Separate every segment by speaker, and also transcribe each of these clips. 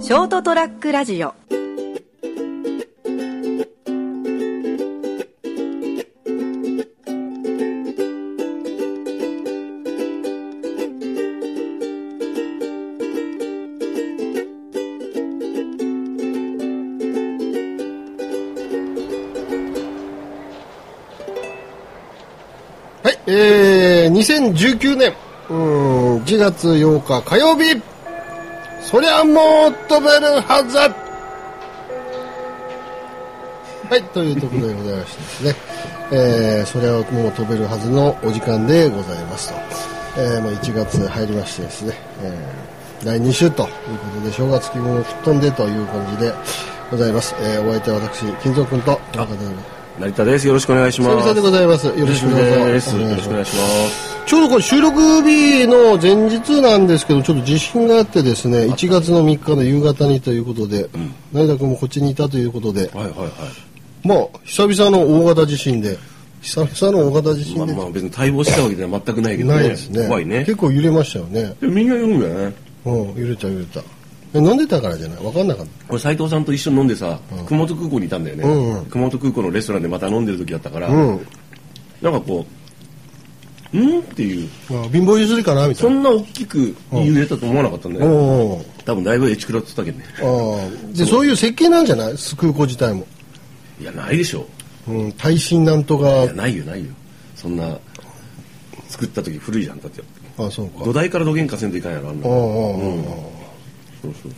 Speaker 1: ショートトラックラジオ
Speaker 2: はい、えー、2019年、うーん、1月8日火曜日、そりゃもう飛べるはずだはい、というところでございましてですね、 えー、そりゃもう飛べるはずのお時間でございますと。えー、まあ1月入りましてですね、えー、第2週ということで、正月気分を吹っ飛んでという感じでございます。えー、お相手は私、金蔵君と、中田です
Speaker 3: 成田です。よろしくお願いし
Speaker 2: 久
Speaker 3: ます。
Speaker 2: 々でございます。よろしくどうぞ
Speaker 3: です。よ
Speaker 2: お願
Speaker 3: ろ
Speaker 2: い
Speaker 3: し
Speaker 2: し
Speaker 3: くお願
Speaker 2: ま
Speaker 3: い
Speaker 2: す
Speaker 3: します。
Speaker 2: ちょうどこれ収録日の前日なんですけど、ちょっと地震があってですね、1月の3日の夕方にということで、成田君もこっちにいたということで、
Speaker 3: はいはいはい。
Speaker 2: まあ、久々の大型地震で、久々の大型地
Speaker 3: まあ
Speaker 2: 震で、
Speaker 3: まあ別に待望したわけでは全くないけど
Speaker 2: ない
Speaker 3: ね
Speaker 2: ですね。
Speaker 3: 怖いね。
Speaker 2: 結構揺れましたよね。
Speaker 3: でもみんな読むんだよね。
Speaker 2: うん、揺れた揺れた。え飲んでたからじゃないわかんなかっ
Speaker 3: 俺斉藤さんと一緒に飲んでさ、熊本空港にいたんだよね、
Speaker 2: うんうん
Speaker 3: 熊本空港のレストランでまた飲んでる時だったから、
Speaker 2: た。うん。
Speaker 3: なんかこう「ん?」っていう
Speaker 2: まあ、貧乏ゆすりかなみた
Speaker 3: そ
Speaker 2: いな。
Speaker 3: んな大きく揺れたと思わなかったんだ
Speaker 2: う
Speaker 3: よ、ね
Speaker 2: んうん。
Speaker 3: 多分だいぶエチクラってたけどね
Speaker 2: ああ。で、そういう設計なんじゃない空港自体も。
Speaker 3: いやないでしょ
Speaker 2: うん、耐震なんと
Speaker 3: い
Speaker 2: か
Speaker 3: や、ないよないよそんな作った時古いじゃんだって
Speaker 2: あ、そうか。
Speaker 3: 土台から土げんかせんといかんやろあんな
Speaker 2: あああ
Speaker 3: の
Speaker 2: あああ。
Speaker 3: そうそう
Speaker 2: っ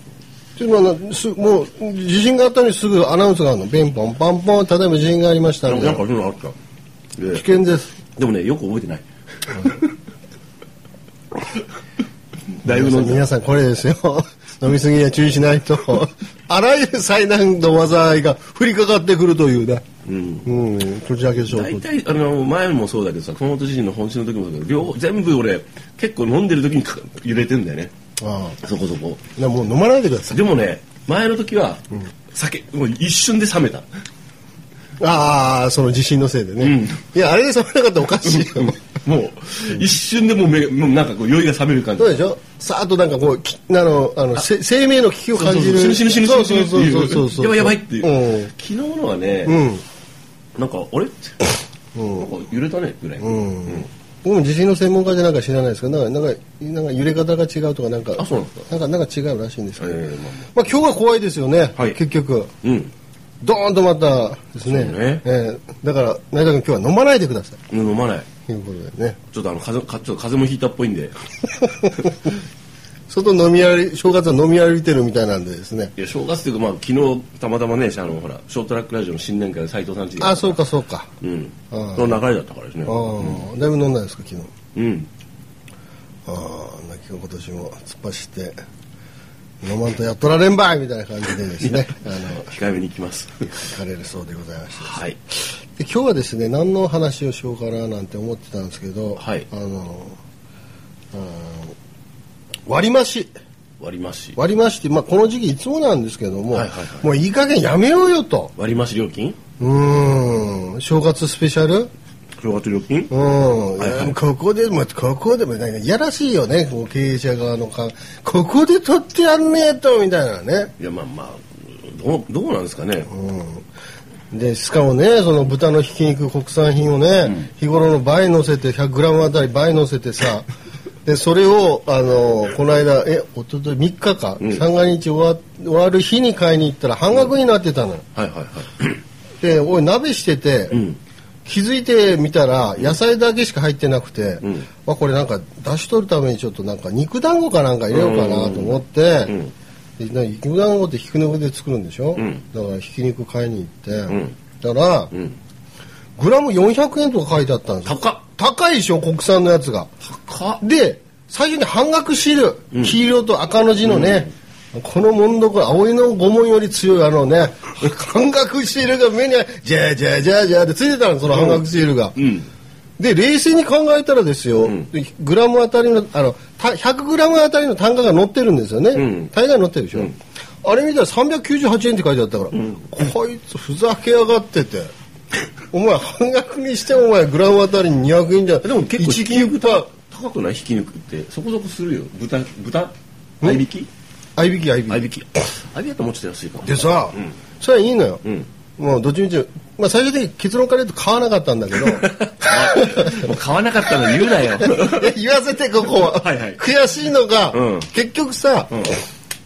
Speaker 2: ていうのはなすもう地震があったのにすぐアナウンスがあるのベンポンパンポン例えば地震がありました
Speaker 3: そう
Speaker 2: み
Speaker 3: な
Speaker 2: た
Speaker 3: ん
Speaker 2: い
Speaker 3: かそ
Speaker 2: な
Speaker 3: ういうのあったで
Speaker 2: 危険です
Speaker 3: でもねよく覚えてない だいぶ飲んだ
Speaker 2: 皆さんこれですよ飲みすぎには注意しないとあらゆる災難の災いが降りかかってくるというね
Speaker 3: うん
Speaker 2: うんこちらけ衝
Speaker 3: 大
Speaker 2: 突
Speaker 3: 体あの前もそうだけどさ熊本地震の本震の時もそうだけど両全部俺結構飲んでる時にか揺れてんだよね
Speaker 2: あ
Speaker 3: そこそこ
Speaker 2: あでももう飲まないでください
Speaker 3: でもね前の時は、酒もう一瞬で冷めた
Speaker 2: ああその地震のせいでね、
Speaker 3: うん
Speaker 2: いやあれで冷めなかったらおかしいよ
Speaker 3: もう一瞬でもう目もうなんかこう酔いが冷める感じ
Speaker 2: そうでしょさーっとなんかこうきあのあのせ生命の危機を感じる
Speaker 3: そうそう死ぬ死ぬ死ぬ死ぬ死
Speaker 2: そうそうそう
Speaker 3: ぬ
Speaker 2: そ
Speaker 3: 死
Speaker 2: う
Speaker 3: ぬやばいやばいっていう
Speaker 2: うん
Speaker 3: 昨日のはね、
Speaker 2: うん
Speaker 3: なんかあれなんか揺れたねぐらい、
Speaker 2: うん僕も地震の専門家じゃなんか知らないですけどなんかなんかなんか揺れ方が違うとかなんか
Speaker 3: あそうなんです
Speaker 2: なんかなんか違うらしいんです
Speaker 3: え
Speaker 2: けど、
Speaker 3: ーまあまあ
Speaker 2: まあ、今日は怖いですよね、
Speaker 3: はい
Speaker 2: 結局
Speaker 3: うん
Speaker 2: ドーンとまたですね
Speaker 3: そうね
Speaker 2: えーだから成田君今日は飲まないでください
Speaker 3: 飲まない
Speaker 2: ということでね
Speaker 3: ちょっとあの風かちょっと風邪もひいたっぽいんで
Speaker 2: 外飲み歩い正月は飲み歩いてるみたいなんでですね
Speaker 3: いや正月っていうか、まあ、昨日たまたまねあのほらショートラックラジオの新年会で斎藤さんちで
Speaker 2: あそうかそうか
Speaker 3: うん
Speaker 2: ああ
Speaker 3: その流れだったからですね
Speaker 2: ああ、だいぶ飲んだんですか昨日
Speaker 3: うん
Speaker 2: ああなんか今年も突っ走って飲まんとやっとられんばいみたいな感じでです ねあの
Speaker 3: 控えめに行きます
Speaker 2: 聞かれるそうでございました
Speaker 3: はい
Speaker 2: で今日はですね何の話をしようかななんて思ってたんですけど、
Speaker 3: はい
Speaker 2: あのあの割り増し
Speaker 3: 割り増し
Speaker 2: 割り増しって、まあ、この時期いつもなんですけども、
Speaker 3: はいはいはい
Speaker 2: もういい加減やめようよと
Speaker 3: 割り増し料金
Speaker 2: うーん正月スペシャル
Speaker 3: 正月料金
Speaker 2: うん、
Speaker 3: はいはい
Speaker 2: いやここでもここでもなんかいやらしいよねこう経営者側のかここで取ってやんねえとみたいなね
Speaker 3: いやまあまあどうどうなんですかね
Speaker 2: うんでしかもねその豚のひき肉国産品をね、日頃の倍乗せて 100g あたり倍乗せてさでそれをあのこの間えおととい3日か、
Speaker 3: ん
Speaker 2: 三が日終わ終わる日に買いに行ったら半額になってたのよ、
Speaker 3: はいはいはい
Speaker 2: でおい鍋してて、
Speaker 3: うん
Speaker 2: 気づいてみたら野菜だけしか入ってなくて、
Speaker 3: ん
Speaker 2: まあ、これなんか出し取るためにちょっとなんか肉団子かなんか入れようかなと思って、
Speaker 3: うん
Speaker 2: でな肉団子ってひき肉で作るんでしょ、
Speaker 3: うん
Speaker 2: だからひき肉買いに行って、
Speaker 3: うん
Speaker 2: だから、
Speaker 3: うん
Speaker 2: グラム400円とか書いてあったんですよ
Speaker 3: 高っ
Speaker 2: 高いでしょ国産のやつが
Speaker 3: 高っ
Speaker 2: で最初に半額汁、黄色と赤の字のね、このもんどころ葵の御紋より強いあのね半額シールが目にジャージャージャージャーってついてたのその半額シールが、
Speaker 3: うん
Speaker 2: で冷静に考えたらですよ、
Speaker 3: ん
Speaker 2: でグラムあたりのあのた100グラムあたりの単価が載ってるんですよね、
Speaker 3: うん
Speaker 2: 大概載ってるでしょ、
Speaker 3: うん
Speaker 2: あれ見たら398円って書いてあったから、こいつふざけやがってて お前半額にしてもお前グラムあたりに200円じゃ
Speaker 3: でも結構ひ
Speaker 2: 1
Speaker 3: き肉高くないひき肉ってそこそこするよ豚豚合いびき
Speaker 2: 合いびき合いび
Speaker 3: 合い
Speaker 2: き
Speaker 3: びき合いびきだったらもうちょっと安いかも
Speaker 2: でさ、
Speaker 3: うん
Speaker 2: それはいいのよ、
Speaker 3: うん
Speaker 2: もうどっちみち、まあ、最終的に結論から言うと買わなかったんだけど
Speaker 3: もう買わなかったの言う なよ
Speaker 2: え言わせてここは
Speaker 3: はいはい
Speaker 2: 悔しいのが、
Speaker 3: うん
Speaker 2: 結局さ、
Speaker 3: ん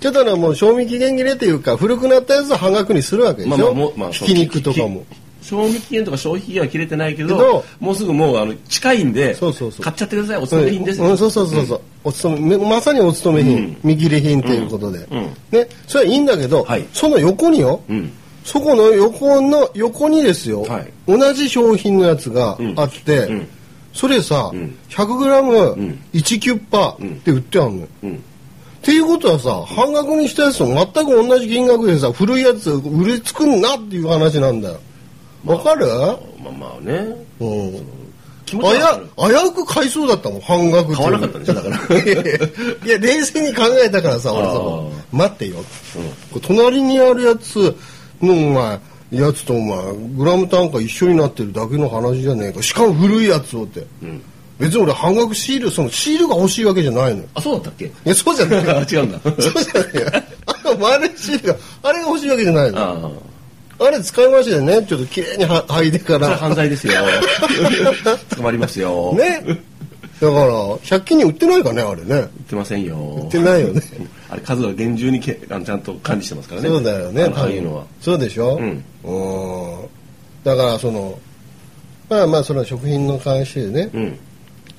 Speaker 2: ちょっとねもう賞味期限切れというか古くなったやつは半額にするわけでしょ、ひき肉とかも
Speaker 3: 賞味期限とか消費期限は切れてないけど
Speaker 2: けど
Speaker 3: もうすぐもうあの近いんで
Speaker 2: そうそうそう
Speaker 3: 買っちゃってくださいお勤め品です、
Speaker 2: うんうんそうそうそうそう、お勤めめまさにお勤め品、見切り品ということで、
Speaker 3: うんうん
Speaker 2: ねそれはいいんだけど、
Speaker 3: はい
Speaker 2: その横によ、
Speaker 3: うん
Speaker 2: そこの横の横にですよ、
Speaker 3: はい
Speaker 2: 同じ商品のやつがあって、
Speaker 3: うんうん
Speaker 2: それさ、
Speaker 3: ん
Speaker 2: 100g1
Speaker 3: ん
Speaker 2: キュッパーで売ってあるのよ、
Speaker 3: うん
Speaker 2: っていうことはさ半額にしたやつと全く同じ金額でさ古いやつ売りつくんなっていう話なんだよわかる、
Speaker 3: まあまあね
Speaker 2: うん
Speaker 3: 気持ち
Speaker 2: あ
Speaker 3: 悪い
Speaker 2: や危うく買いそうだったもん半額っていう
Speaker 3: 買わなかったんでしょだから
Speaker 2: いやいや いや冷静に考えたからさ俺さ
Speaker 3: あー
Speaker 2: 待ってよ、これ隣にあるやつのお前やつとお前グラム単価一緒になってるだけの話じゃねえかしかも古いやつをって、
Speaker 3: ん
Speaker 2: 別に俺半額シールそのシールが欲しいわけじゃないのよ
Speaker 3: あそうだったっけ
Speaker 2: いやそうじゃない
Speaker 3: 違うんだ
Speaker 2: そうじゃないよあの丸いシールがあれが欲しいわけじゃないの
Speaker 3: ああ
Speaker 2: あれ使いましたよねちょっと綺麗には剥いでか
Speaker 3: それ
Speaker 2: ら
Speaker 3: 犯 罪ですよ捕まりますよ
Speaker 2: ね。だから、100均に売ってないかね、あれね。
Speaker 3: 言ってませんよ
Speaker 2: 売ってないよね。
Speaker 3: あれ数は厳重にけあのちゃんと管理してますからね
Speaker 2: そうだよね、
Speaker 3: あのああいうのは
Speaker 2: そうでしょ
Speaker 3: うん
Speaker 2: うんだから、その、まあまあ、その食品の関してね、
Speaker 3: うん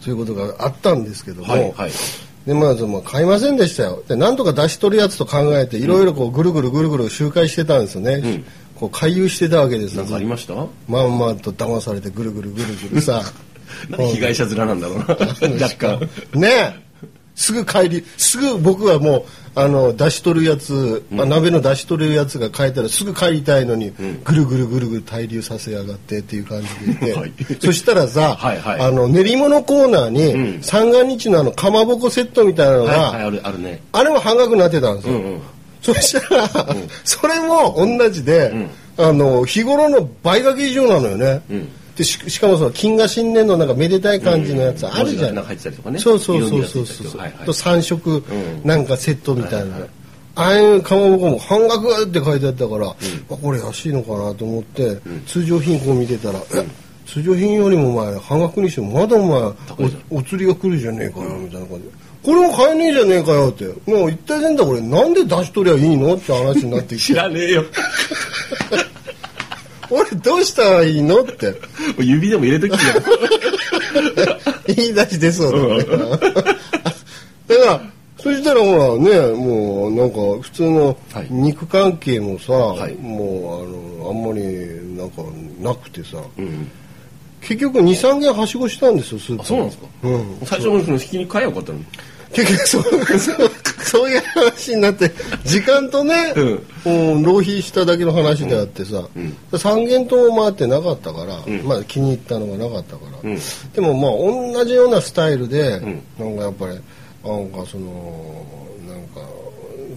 Speaker 2: そういうことがあったんですけども、
Speaker 3: はいはい
Speaker 2: で、まず、もう買いませんでしたよ。で、なんとか出し取るやつと考えて、いろいろこう、ぐるぐるぐるぐる周回してたんですよね。
Speaker 3: ん
Speaker 2: こう、回遊してたわけですよ
Speaker 3: なん。かありましたなん
Speaker 2: まんまと騙されて、ぐるぐるぐるぐるさ。
Speaker 3: で被害者面なんだろ うな若干
Speaker 2: ねえすぐ帰りすぐ僕はもうあの出し取るやつ、あ鍋の出し取るやつが帰ったらすぐ帰りたいのに、ぐるぐるぐるぐる滞留させやがってっていう感じでいて、
Speaker 3: はい
Speaker 2: そしたらさ
Speaker 3: はいはい
Speaker 2: あの練り物コーナーに、
Speaker 3: ん
Speaker 2: 三が日のあのかまぼこセットみたいなの
Speaker 3: は
Speaker 2: が、
Speaker 3: いはいあるあるね
Speaker 2: あれも半額になってたんですよ、
Speaker 3: うんうん
Speaker 2: そしたら、それも同じで、あの日頃の倍額以上なのよね、
Speaker 3: ん
Speaker 2: でししかもその金が新年のなんかめでたい感じのやつあるじゃ
Speaker 3: うん文字が
Speaker 2: ん、
Speaker 3: なんか入ってたりとかね
Speaker 2: そうそうそうそうそう
Speaker 3: 色味が入ってたりとかはいはい
Speaker 2: と3色
Speaker 3: ん
Speaker 2: なんかセットみたいな、
Speaker 3: はいはい
Speaker 2: ああいうかまぼこも半額って書いてあったから、あこれ安いのかなと思って、通常品こう見てたら、え通常品よりもお前半額にしてもまだお前
Speaker 3: 高いじゃん
Speaker 2: おお釣りが来るじゃねえかよみたいな感じで。これも買えねえじゃねえかよって。もう一体全だこれなんで出しとりゃいいのって話になってき
Speaker 3: 知
Speaker 2: て。
Speaker 3: らねえよ
Speaker 2: 俺どうしたらいいのって。
Speaker 3: 指でも入れとき よ
Speaker 2: 言い出し出そうだ ったから。だから、そしたらほらね、もうなんか普通の
Speaker 3: はい
Speaker 2: 肉関係もさ、
Speaker 3: い
Speaker 2: もうあの、あんまりなんかなくてさ、
Speaker 3: うん
Speaker 2: 結局2、3軒はしごしたんですよ、スーパー。
Speaker 3: あそうなんですか
Speaker 2: うん。
Speaker 3: 最初のその引きに買えばよかったのに
Speaker 2: 結局そう そうそういう話になって時間とね、うん浪費しただけの話であってさ、三軒とも回ってなかったから、まあ、気に入ったのがなかったから、
Speaker 3: ん
Speaker 2: でもまあ同じようなスタイルで、
Speaker 3: ん
Speaker 2: なんかやっぱりなんかそのなんか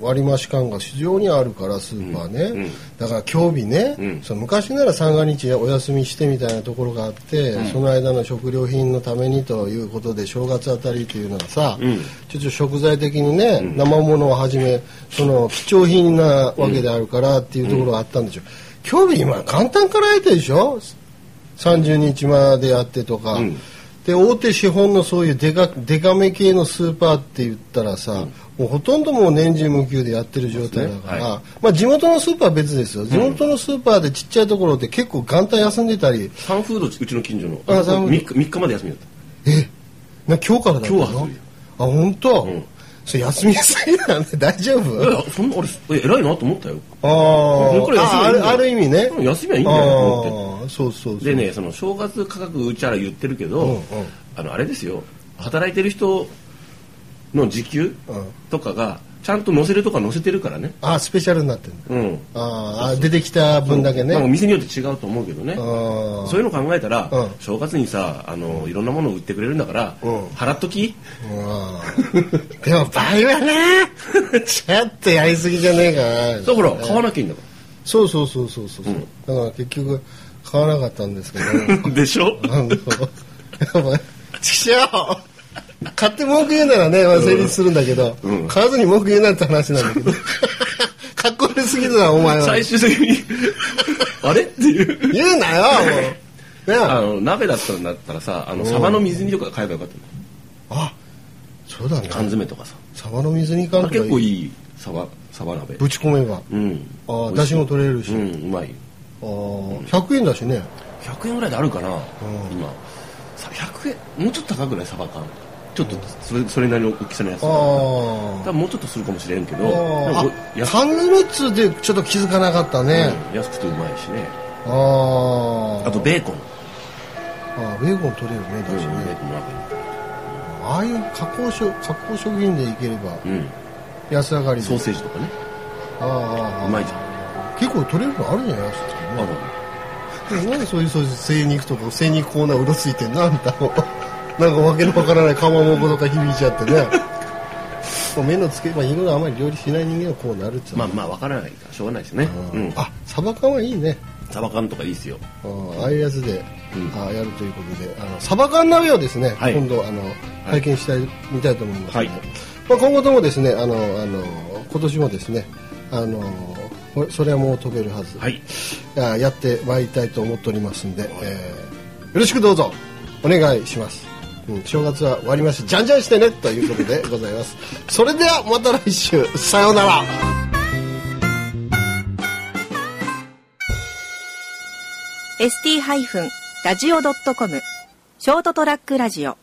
Speaker 2: 割増感が非常にあるからスーパーね、
Speaker 3: んうん
Speaker 2: だから今日日ね、
Speaker 3: うん
Speaker 2: その昔なら三が日お休みしてみたいなところがあって、その間の食料品のためにということで正月あたりというのはさ、
Speaker 3: うん
Speaker 2: ちょっと食材的にね、生物をはじめその貴重品なわけであるからっていうところがあったんでしょう、今日今簡単から得てでしょ30日までやってとか、
Speaker 3: うん
Speaker 2: で大手資本のそういうデカデカめ系のスーパーって言ったらさ、もうほとんどもう年中無休でやってる状態だから、
Speaker 3: そうですねは
Speaker 2: まあ、地元のスーパーは別ですよ地元のスーパーでちっちゃいところって結構元旦休んでたり、
Speaker 3: サンフードうちの近所の
Speaker 2: あサンフード
Speaker 3: 3日三日まで休みだった
Speaker 2: えな今日からだったの
Speaker 3: 今日は休み
Speaker 2: あ本当、
Speaker 3: ん
Speaker 2: それ休みやすいなんで 大丈夫、
Speaker 3: いやそんな俺え偉いなと思ったよ
Speaker 2: あ
Speaker 3: これ
Speaker 2: ーああ
Speaker 3: 休みはいいんだよ
Speaker 2: るある意味ね
Speaker 3: うん休みはいいんだよと思って
Speaker 2: あーそうそうそう
Speaker 3: でねその正月価格うちあら言ってるけど、
Speaker 2: うんうん
Speaker 3: あのあれですよ働いてる人の時給
Speaker 2: うん
Speaker 3: とかがちゃんと載せるとか載せてるからね
Speaker 2: あースペシャルになってる
Speaker 3: うん
Speaker 2: あーあー出てきた分だけね、
Speaker 3: なんか店によって違うと思うけどね
Speaker 2: あー
Speaker 3: そういうの考えたら、
Speaker 2: うん
Speaker 3: 正月にさあのいろんなものを売ってくれるんだから、
Speaker 2: うん
Speaker 3: 払っとき
Speaker 2: うんでも倍はねちょっとやりすぎじゃねえかな
Speaker 3: だから買わなきゃいいんだか
Speaker 2: そうそうそうそうそう、うだから結局買わなかったんですけど
Speaker 3: ら、でしょ
Speaker 2: あのやばいちくしょう買って文句言うならね、まあ、成立するんだけど、
Speaker 3: うん
Speaker 2: 買わずに文句言うなって話なんだけどかっこ悪すぎるなお前は
Speaker 3: 最終的にあれっていう
Speaker 2: 言うなよもうね
Speaker 3: あ
Speaker 2: あ
Speaker 3: の鍋だったんだったらさあのサバの水煮とか買えばよかったの
Speaker 2: そうだね
Speaker 3: 缶詰とかさ
Speaker 2: サバの水煮缶とか
Speaker 3: 結構いいサバサバ鍋
Speaker 2: ぶち込めば
Speaker 3: うん
Speaker 2: あー出汁も取れるし、
Speaker 3: うんうまい
Speaker 2: あー100円だしね
Speaker 3: 100円ぐらいであるかな、今さ100円もうちょっと高くないサバ缶ちょっとそれそれなりの大きさのやつ
Speaker 2: あ
Speaker 3: だ
Speaker 2: ー
Speaker 3: からもうちょっとするかもしれんけどでも
Speaker 2: あ
Speaker 3: ご
Speaker 2: ーあ
Speaker 3: 安く
Speaker 2: 缶詰っつうでちょっと気づかなかったね、
Speaker 3: うん安くてうまいしね
Speaker 2: あー
Speaker 3: あとベーコン、
Speaker 2: あーベーコン取れるねだ
Speaker 3: うん、ベ
Speaker 2: し
Speaker 3: ー
Speaker 2: ね、
Speaker 3: コンの中
Speaker 2: ああいう加工食加工食品でいければ
Speaker 3: に、うん、
Speaker 2: 安上がりで
Speaker 3: ソーセージとかね
Speaker 2: あーあーあー
Speaker 3: うまいじゃん
Speaker 2: 結構取れるのあるんじゃないです
Speaker 3: あ
Speaker 2: か
Speaker 3: の
Speaker 2: なんでそういうそういう精肉とか精肉コーナーうろついてんのあ んたもなんかわけのわからないかまぼことか響いちゃってね もう目のつけばいいのあまり料理しない人間はこうなるっつうの
Speaker 3: まあまあわからないからしょうがないですよね、うん、
Speaker 2: あサバ缶はいいね
Speaker 3: サバ缶とかいいっすよ
Speaker 2: あーああいうやつで、あーやるということであのサバ缶鍋をですね、
Speaker 3: はい
Speaker 2: 今度あの拝見したい、見たいと思いますので、
Speaker 3: はい
Speaker 2: まあ、今後ともですねあのあの今年もですねあのこれそれはもう飛べるはず、
Speaker 3: はい
Speaker 2: あやってまいりたいと思っておりますんで、えーよろしくどうぞお願いします、うん、正月は終わりましたじゃんじゃんしてねということでございますそれではまた来週さようなら
Speaker 1: ST-radio.com ショートトラックラジオ